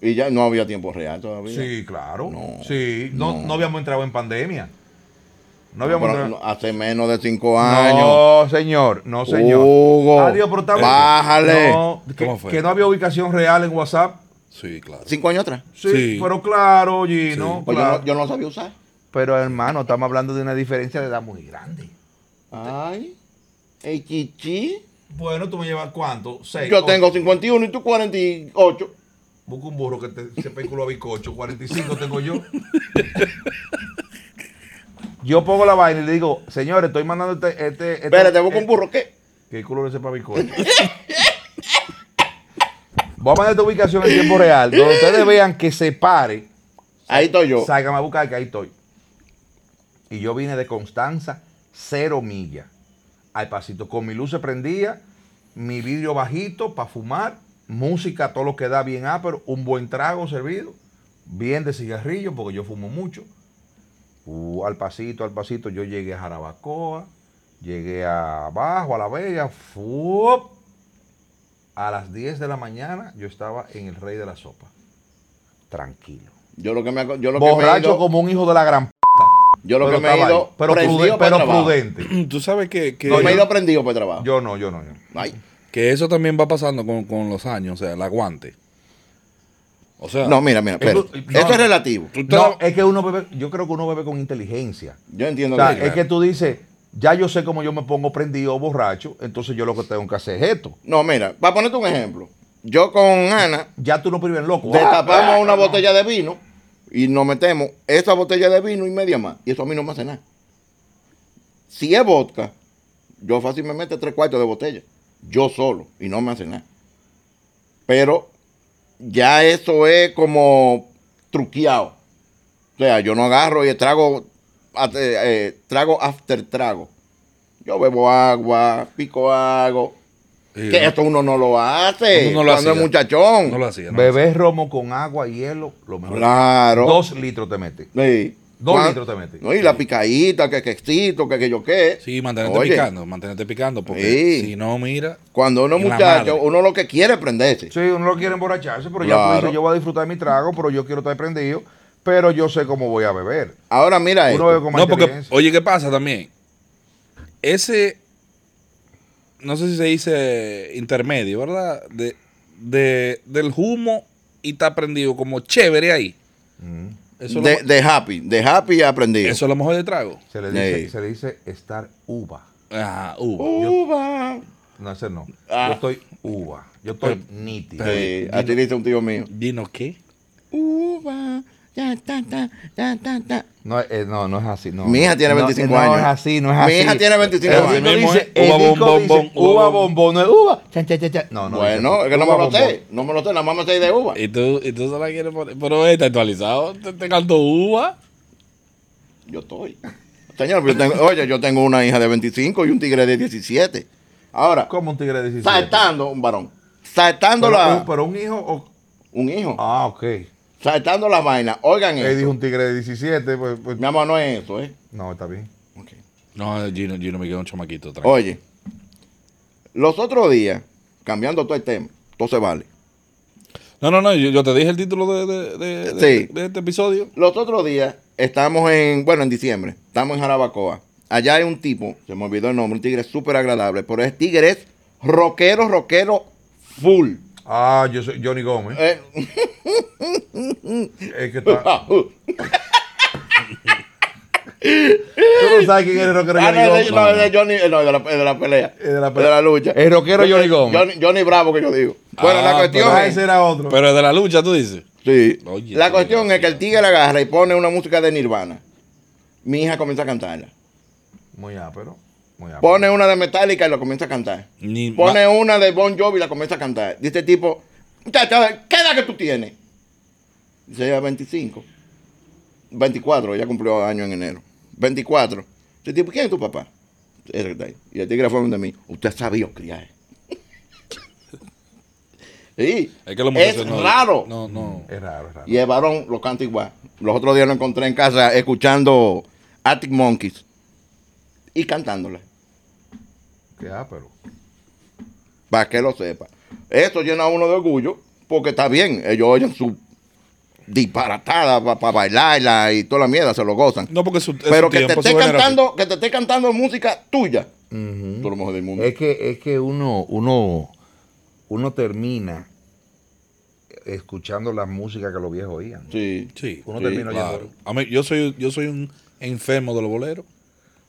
Y ya no había tiempo real todavía.
Sí, claro.
No,
sí, no,
no.
no habíamos entrado en pandemia. No
Pero
habíamos entrado.
no- hace menos de cinco años.
No, señor, no, señor.
Hugo,
Adiós, pero está bien.
bájale.
No, que,
¿Cómo fue?
que no había ubicación real en WhatsApp.
Sí, claro.
Cinco años atrás.
Sí,
Sí.
pero claro, Gino.
Pues yo
claro.
no- yo, no, lo sabía usar.
Pero hermano, estamos hablando de una diferencia de edad muy grande.
Ay. El chichi.
Bueno, tú me llevas cuánto? Seis.
Yo
ocho.
Oh,
tengo 51 y tú 48.
Busca un burro que te, se peculó a bicocho. 45 tengo yo.
Yo pongo la vaina y le digo, señores, estoy mandando este. este, este-
Espérate, busco un burro. ¿Qué?
Que el culo le sepa mi coño. Voy a mandar esta ubicación en tiempo real, donde ustedes vean que se pare.
Ahí estoy yo.
Sácame a buscar que ahí estoy. Y yo vine de Constanza, cero millas, al pasito. Con mi luz se prendía, mi vidrio bajito para fumar, música, todo lo que da bien ápero, un buen trago servido, bien de cigarrillo, porque yo fumo mucho. Uh, al pasito, al pasito, yo llegué a Jarabacoa, llegué abajo, a La Vega, ¡fuop! a las 10 de la mañana yo estaba en el Rey de la Sopa. Tranquilo.
Yo lo que me, aco- yo lo que me he
Borracho
ido,
como un hijo de la gran p.
yo lo que me he
estaba
ido
ahí. pero,
prendido
pruden-
para
pero
trabajo.
prudente.
Tú sabes que, que,
Yo me he ido prendido para el trabajo.
Yo no, yo no. yo no.
Ay.
que eso también va pasando con, con los años, o sea, el aguante. O sea,
No, mira, mira, espera.
Inclu- no.
Esto es relativo.
tú te-
No, es que uno bebe, yo creo que uno bebe con inteligencia.
Yo entiendo
O sea,
lo que-
es que tú dices, ya yo sé cómo yo me pongo prendido o borracho, entonces yo lo que tengo que hacer es esto.
No, mira, para ponerte un ejemplo. Yo con Ana
Ya tú no prives loco. Ah,
destapamos una botella de vino y nos metemos esa botella de vino y media más. Y eso a mí no me hace nada. Si es vodka, yo fácil me meto tres cuartos de botella. Yo solo. Y no me hace nada. Pero ya eso es como truqueado. O sea, yo no agarro y trago, at- eh, eh, trago after trago. Yo bebo agua, pico agua.
sí,
Que
no-
esto uno no lo hace.
Uno no lo
cuando
hacía.
es muchachón.
no lo hacía. no lo
Beber romo con agua, hielo, lo mejor.
Claro.
Dos litros te mete.
Sí.
Dos
Cuan-
litros te metí.
No, y la picadita, que quexito, que que yo qué.
hacía. Sí, mantenerte
Oye,
picando, mantenerte picando, porque
Sí.
si no, mira,
Cuando uno es
En la
muchacho,
madre.
uno lo que quiere es prenderse.
Sí, uno lo quiere emborracharse, pero ya tú
Claro.
dices, yo voy a disfrutar mi trago, pero yo quiero estar prendido, pero yo sé cómo voy a beber.
Ahora mira
Uno bebe
esto.
con más
No, porque,
inteligencia.
oye, ¿qué pasa también? Ese, no sé si se dice intermedio, ¿verdad? De, de- del humo y está prendido como chévere ahí.
Mm.
Eso,
de,
es lo,
de happy, de happy he aprendido.
eso es lo mejor de trago.
Se le dice,
Ey.
se le dice estar uva.
Ajá, uva.
Uh. Uva.
No, ese no.
Ah.
Yo estoy uva. Yo estoy
Pero-
nítido.
Sí, así dice un tío mío.
Dino qué.
Uva. Ya, ta, ta, ta, ta, ta.
No, eh, no, no es así. No.
Mi hija tiene
No, eh,
25
no,
años.
es así, no es
Mi
así.
hija tiene 25
El
años.
disco
Mismo
dice,
es
el
uva,
disco
bombón,
dice
bombón, uva,
uva, bombón, no es uva. Chan, chan, chan, chan. No, no. dice
Bueno,
así.
es que no
Uva,
me lo
bombón.
sé. No me lo sé, nada más me sé de uva.
Y tú, y tú se la quieres poner. Pero está actualizado. Te, te canto uva.
Yo estoy. Señor, pero yo tengo- oye, yo tengo una hija de 25 y un tigre de 17. Ahora,
Como un tigre de 17.
saltando un varón.
Pero,
Saltando
un-
la.
pero un hijo. o-
Un hijo.
Ah, ok. Él
Saltando las vainas. Oigan eso.
Eh, dijo un tigre de 17. Pues, pues-
Mi amor, no es eso, ¿eh?
No, está bien.
Ok.
No, Gino, Gino me quedó un chamaquito. tranquilo.
Oye, los otros días, cambiando todo el tema, todo se vale.
No, no, no. Yo, yo te dije el título de, de, de- de-
Sí.
de este episodio.
Los otros días estamos en, bueno, en diciembre, estamos en Jarabacoa. Allá hay un tipo, se me olvidó el nombre, un tigre súper agradable, pero es tigre, es rockero, rockero full.
Ah, yo soy Johnny Gómez.
Eh, ah,
Es que está.
uh.
Tú no sabes quién es el rockero
Ah, no,
Johnny
es de-
Gómez.
no, es de Johnny, eh, no, es de la, es de la pelea.
Es de la
Es de la lucha.
El rockero Johnny Gómez.
Johnny, Johnny Bravo que yo digo. Bueno,
Ah,
la cuestión
Ah,
es...
ese era otro.
Pero es de la lucha, tú dices.
Sí.
Oye,
la
qué
cuestión es que el tigre agarra y pone una música de Nirvana. Mi hija comienza a cantarla.
Muy ápero. Muy ápero.
Pone una de Metallica y la comienza a cantar.
Ni
Pone
ma-
una de Bon Jovi y la comienza a cantar. Dice el tipo, muchacha, ¿qué edad que tú tienes? Dice ella, 25. 24, ella cumplió año en enero. 24. Dice el tipo, ¿quién es tu papá? Era el de ahí. Y el tigre fue donde mí. Usted ha sabido criar. sí.
Es que los
es
muchachos no-
raro.
No, no.
Es raro, es raro.
Y el varón lo canta igual. Los otros días lo encontré en casa escuchando Attic Monkeys y cantándola,
Qué ápero.
para que lo sepa. Esto llena a uno de orgullo porque está bien, ellos oyen su disparatada para bailarla y toda la mierda, se lo gozan.
No, porque su, es
Pero
su
que te
tiempo,
esté
su generación.
cantando, que te esté cantando música tuya, tú lo mejor del mundo.
Es que, es que uno, uno, uno termina escuchando la música que los viejos oían.
Sí.
Sí.
Uno
Sí,
termina
Claro.
oyendo.
A mí, yo, soy, yo soy un enfermo de los boleros.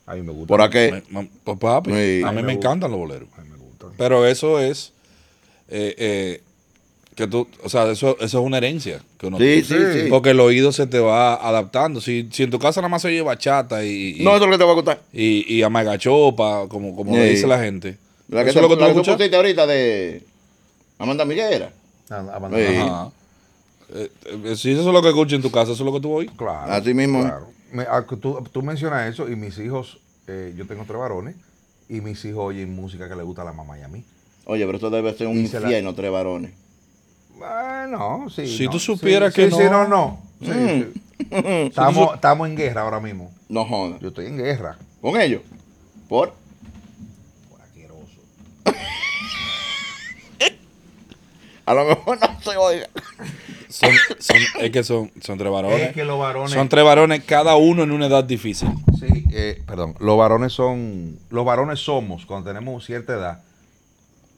A mí me gusta.
¿Por qué?
Me- ma- pues, papi,
Eh. Sí.
a mí me
gusta.
encantan los boleros.
A mí me gusta.
Pero eso es. eh, eh, que tú, o sea, eso, eso es una herencia que uno
Sí,
tiene.
sí,
Sí.
sí.
Porque el oído se te va adaptando. Si, si en tu casa nada más se oye bachata y, y,
No, eso es lo que te va a gustar.
y, y amagachopa, como, como le
Sí.
dice la gente.
La que,
eso
te,
es lo que tú vas
la que
a
tú
escuchar.
pusiste ahorita de Amanda Miguera.
A- a-
Sí.
Ajá.
Ajá. Eh, eh, si eso es lo que escuchas en tu casa, eso es lo que tú oís.
Claro.
Así mismo.
claro. Me- ah, que tú, tú mencionas eso y mis hijos, eh, yo tengo tres varones y mis hijos oyen música que le gusta a la mamá y a mí.
Oye, pero eso debe ser un
Y se la-
infierno, tres varones.
Bueno, sí.
Si
no,
tú
sí,
supieras
sí,
que
sí,
no.
no, no. Sí, sí. Estamos, estamos en guerra ahora mismo.
No jodas.
Yo estoy en guerra.
Con ellos. Por.
Por asqueroso.
A lo mejor no se oiga.
Son- son- es que son, son tres varones.
Es que los varones.
Son tres varones, cada uno en una edad difícil.
Sí, eh, perdón. Los varones son. Los varones somos, cuando tenemos cierta edad,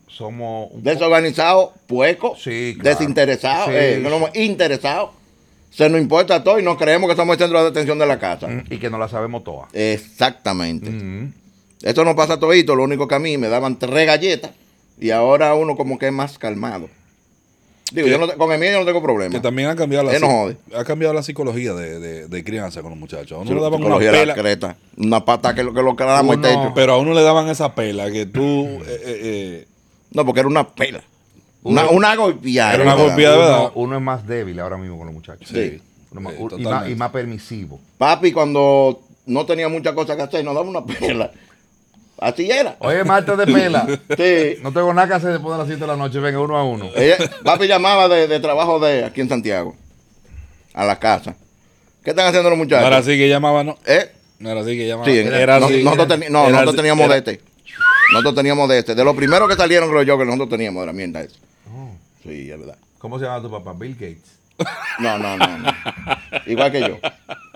somos. un po-
Desorganizado, pueco,
Sí, claro.
desinteresado,
Sí,
eh,
sí.
no somos interesados. Se nos importa todo y no creemos que somos el centro de atención de la casa.
Mm.
Mm, y que no la sabemos todas.
Exactamente.
Ujú.
Esto no pasa todito, lo único que a mí me daban tres galletas y ahora uno como que es más calmado. Digo,
Que-
yo no te- con el mío yo no tengo problema.
Que también ha cambiado la,
Eh, no
psi-
jode.
ha cambiado la psicología de, de- de crianza con los muchachos. A uno
Sí,
le daban una
psicología de la
pela,
creta, una pata que lo que este, lo clavamos el
Uno-
techo.
pero a uno le daban esa pela que tú...
Mm.
eh, eh, eh,
No, porque era una pela. Una, una golpeada.
Era una
¿verdad?
golpeada. Sí, de verdad.
uno, uno es más débil ahora mismo con los muchachos.
Sí.
Uno más-
Sí,
u- y, más,
totalmente.
y más permisivo.
Papi, cuando no tenía muchas cosas que hacer, nos daba una pela. Así era.
Oye, Marta de Pela.
Sí.
No tengo nada que hacer después de las 7 de la noche. Venga, uno a uno.
Ella- papi llamaba de, de trabajo de aquí en Santiago, a la casa. ¿Qué están haciendo los
no
muchachos?
era así que llamaban, ¿no?
¿Eh?
No era así que llamaban.
Sí,
era,
no-
así.
nosotros teni- no,
Era
nosotros
así-
teníamos
era-
de este. Nosotros teníamos de este. De los primeros que salieron, creo yo, que nosotros teníamos de la mierda esa.
Oh,
Sí, es verdad.
¿Cómo se llama tu papá? Bill Gates.
No, no, no. no. Igual que yo.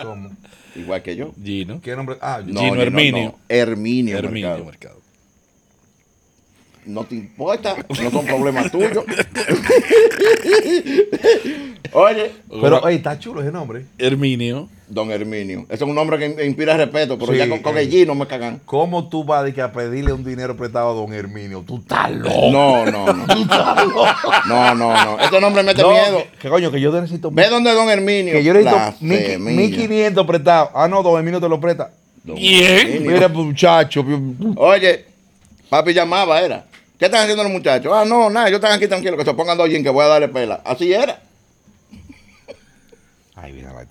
¿Cómo?
Igual que yo.
Gino.
¿Qué nombre? Ah,
No,
Gino
no,
Herminio.
no. Herminio.
Herminio
Mercado.
Mercado.
No te importa, no son problemas tuyos. Oye,
Pero, oye, está chulo ese nombre.
eh, Herminio.
don Herminio. Eso es un nombre que in- inspira respeto, pero
Sí,
ya con, con
eh.
el G no me cagan.
¿Cómo tú vas de que a pedirle un dinero prestado a don Herminio? Tú estás loco.
No, no, no. No, no, no. Este nombre mete
No,
miedo.
que- Que coño, que yo necesito.
Ve donde don Herminio.
Que yo necesito mil-
Blasfemia.
1500 prestados. Ah, no, don Herminio te lo presta.
Bien.
Mira, muchacho.
Oye, papi llamaba, era. ¿Qué están haciendo los muchachos? Ah, no, nada, ellos están aquí tranquilos, que se pongan dos jeans, que voy a darle pela. Así era.
Ay, mira, la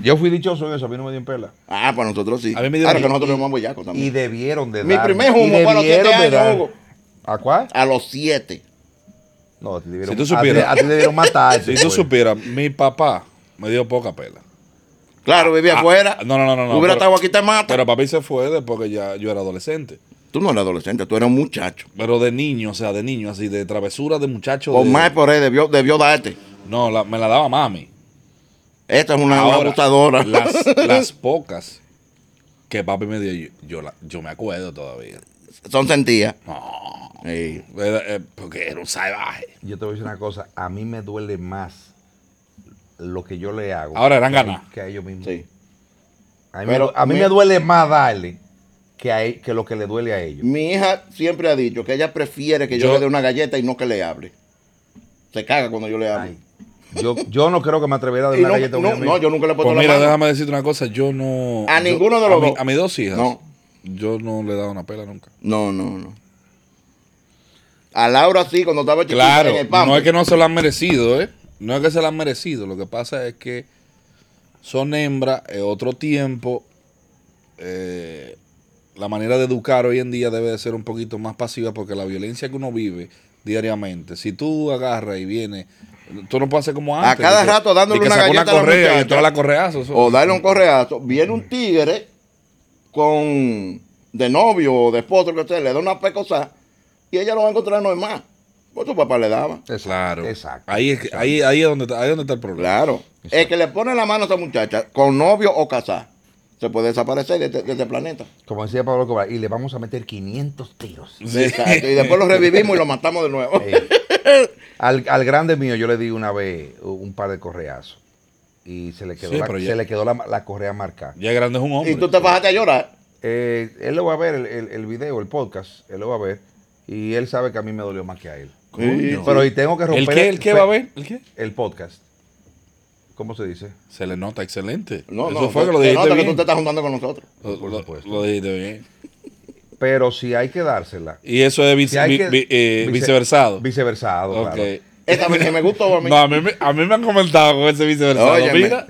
Yo fui dichoso en eso, a mí no me dio en perla.
Ah, para nosotros sí.
A mí me dio
claro
y-
que nosotros somos bellacos también.
Y debieron de
Mi
darme,
primer
y
humo fue a los
debieron
siete
de
años,
darme.
Hugo.
¿A cuál?
A los siete.
No, te debieron,
Si tú
a ti-
supieras.
A ti debieron matar. Pues,
Si tú supieras, mi papá me dio poca pela.
Claro, vivía afuera.
Ah, No, no, no, no. no,
Hubiera
pero-
estado aquí, te mata.
Pero papi se fue después que ya yo era adolescente.
tú no eras adolescente, tú eras un muchacho.
Pero de niño, o sea, de niño, así, de travesura de muchacho.
O
de-
más por ahí debió, debió darte.
No, la- me la daba mami.
Esta es Ah, una
Ahora,
abustadora.
Las, las pocas que papi me dio, yo, yo, la- yo me acuerdo todavía.
Son sentidas.
No,
Sí.
era- eh, porque era un salvaje.
Yo te voy a decir una cosa. A mí me duele más lo que yo le hago.
Ahora eran
que a-
ganas.
Que a ellos mismos.
sí.
A mí, me
Pero
du- a mí
mi-
me duele más darle que, a él- que lo que le duele a ellos.
Mi hija siempre ha dicho que ella prefiere que yo,
Yo-
le dé una galleta y no que le hable. Se caga cuando yo le hablo.
Ay, yo, yo no creo que me atreviera a darle
Y no,
una galleta a un
no,
amigo.
no, yo nunca le he puesto
Pues
la
mira,
mano.
déjame decirte una cosa. Yo no.
A
yo-
ninguno de
a
los
mi-
dos.
a mis dos hijas.
No.
Yo no le he dado una pela nunca.
No, no, no. A Laura sí, cuando estaba chiquita
Claro,
en el pamper.
no es que no se lo han merecido, ¿eh? No es que se lo han merecido. Lo que pasa es que son hembras, es otro tiempo. eh, la manera de educar hoy en día debe de ser un poquito más pasiva porque la violencia que uno vive diariamente, si tú agarras y vienes, tú no puedes hacer como antes.
cada
de que-
rato dándole
de que
una
sacó
galleta a la
correa y
muchacha.
entró a la correazo. eso-
O darle un correazo. Viene un tigre con de novio o de esposo, que usted le da una pecosa y ella lo va a encontrar normal. Pues su papá le daba.
Exacto,
Claro.
Exacto.
Ahí es, que- ahí, ahí es donde, está- ahí es donde está el problema.
Claro. El que le pone la mano a esa muchacha, con novio o casada, se puede desaparecer de este, de este planeta.
Como decía Pablo Cobar, y le vamos a meter 500 tiros.
Exacto. Y después lo revivimos y lo matamos de nuevo.
Eh, al, al grande mío yo le di una vez un par de correazos. Y se le quedó,
Sí,
la,
pero ya-
se le quedó la, la correa marcada.
Ya grande es un hombre.
Y tú te bajaste a llorar.
Eh, él lo va a ver, el, el- el video, el podcast, él lo va a ver. Y él sabe que a mí me dolió más que a él.
Coño.
Pero y tengo que romper...
¿El qué, el qué va a ver? ¿El qué?
El podcast. ¿Cómo se dice?
Se le nota excelente.
No,
Eso
no.
fue
se-
que lo
se
dijiste
nota que tú
bien.
te estás juntando con nosotros.
Lo-
Por
lo-
supuesto.
lo dijiste bien.
Pero si hay que dársela.
Y eso es
Si
vice-
hay
vi-
que-
vi- eh,
vice-
viceversado.
Viceversado,
Ok.
claro.
Esta vez que me gustó a mí.
No, a mí, me, a mí me han comentado con ese viceversado.
Óyeme.
Mira,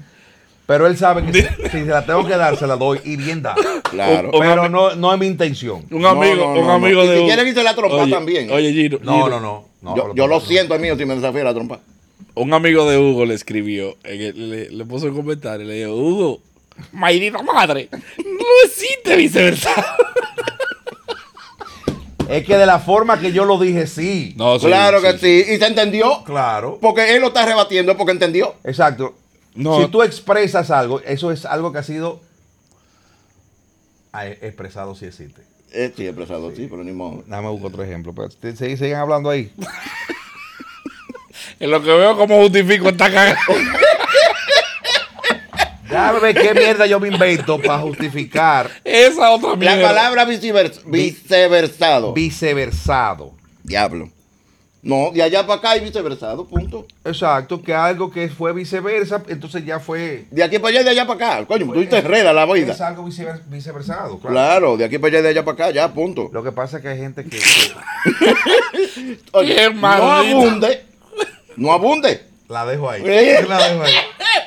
Pero él sabe que si- si se la tengo que dar, se la doy y bien da.
Claro.
Un-
Pero no, no es mi intención.
un
No,
amigo,
no,
un
no,
amigo
no. Y
de.
si
un-
quiere dice la trompa
Oye-
también.
Oye, Giro.
No,
Giro.
no, no. no
yo,
pero
yo lo
tampoco.
siento, es mío, si me desafía la trompa.
Un amigo de Hugo le escribió, en el- le, le puso un comentario, le dijo, Hugo, maldita madre, no existe viceversado.
Es que de la forma que yo lo dije, sí.
No, sí,
claro que sí. Y se entendió.
Claro.
Porque él lo está rebatiendo porque entendió.
Exacto.
No.
Si tú expresas algo, eso es algo que ha sido ah, eh, expresado si existe.
Eh, sí, expresado, sí, pero ni modo.
Dame buscar otro ejemplo. pero te- sig- sigan hablando ahí.
En lo que veo como justifico esta cagada.
Déjame ver qué mierda yo me invento para justificar
Esa otra
La
mierda.
palabra vicever- viceversado.
viceversado.
Diablo. No, de allá para acá y viceversado, punto.
Exacto, que algo que fue viceversa, entonces ya fue. eh,
De aquí para allá y de allá para acá. Coño, tú te enredas la
Es
boida.
algo vicever- viceversado, claro.
Claro, de aquí para allá y de allá para acá, ya, punto.
Lo que pasa es que hay gente que.
Qué
no
maldito.
abunde. No abunde.
La dejo ahí.
Eh.
La dejo ahí.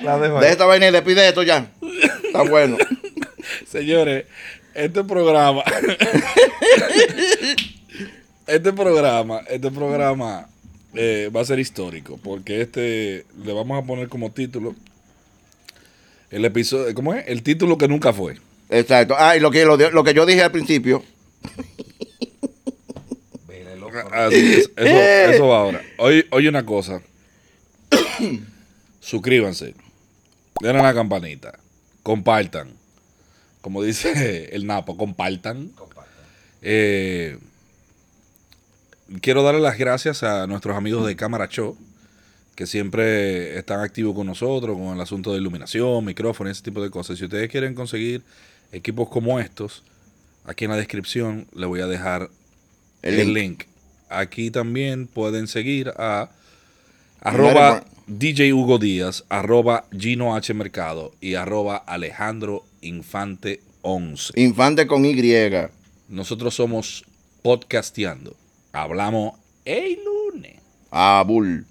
La dejo
De
ahí.
esta vaina y despide esto ya. Está bueno.
Señores, este programa. este programa, este programa eh, va a ser histórico. Porque este le vamos a poner como título. El episodio. ¿Cómo es? El título que nunca fue.
Exacto. Ah, y lo que, lo, lo que yo dije al principio.
Vele, loco.
Así Ah, es, eso, eso va ahora. Hoy, hoy una cosa. Suscríbanse. Denle a la campanita. Compartan. Como dice el Napo, compartan. Eh, quiero darle las gracias a nuestros amigos de Cámara Show que siempre están activos con nosotros, con el asunto de iluminación, micrófono, ese tipo de cosas. Si ustedes quieren conseguir equipos como estos, aquí en la descripción les voy a dejar
El
el,
link.
link. Aquí también pueden seguir a
Mira,
arroba DJ Hugo Díaz, arroba Gino H Mercado y arroba Alejandro Infante 11.
Infante con Y.
Nosotros somos podcasteando.
Ah,
Hablamos el lunes.
Abul.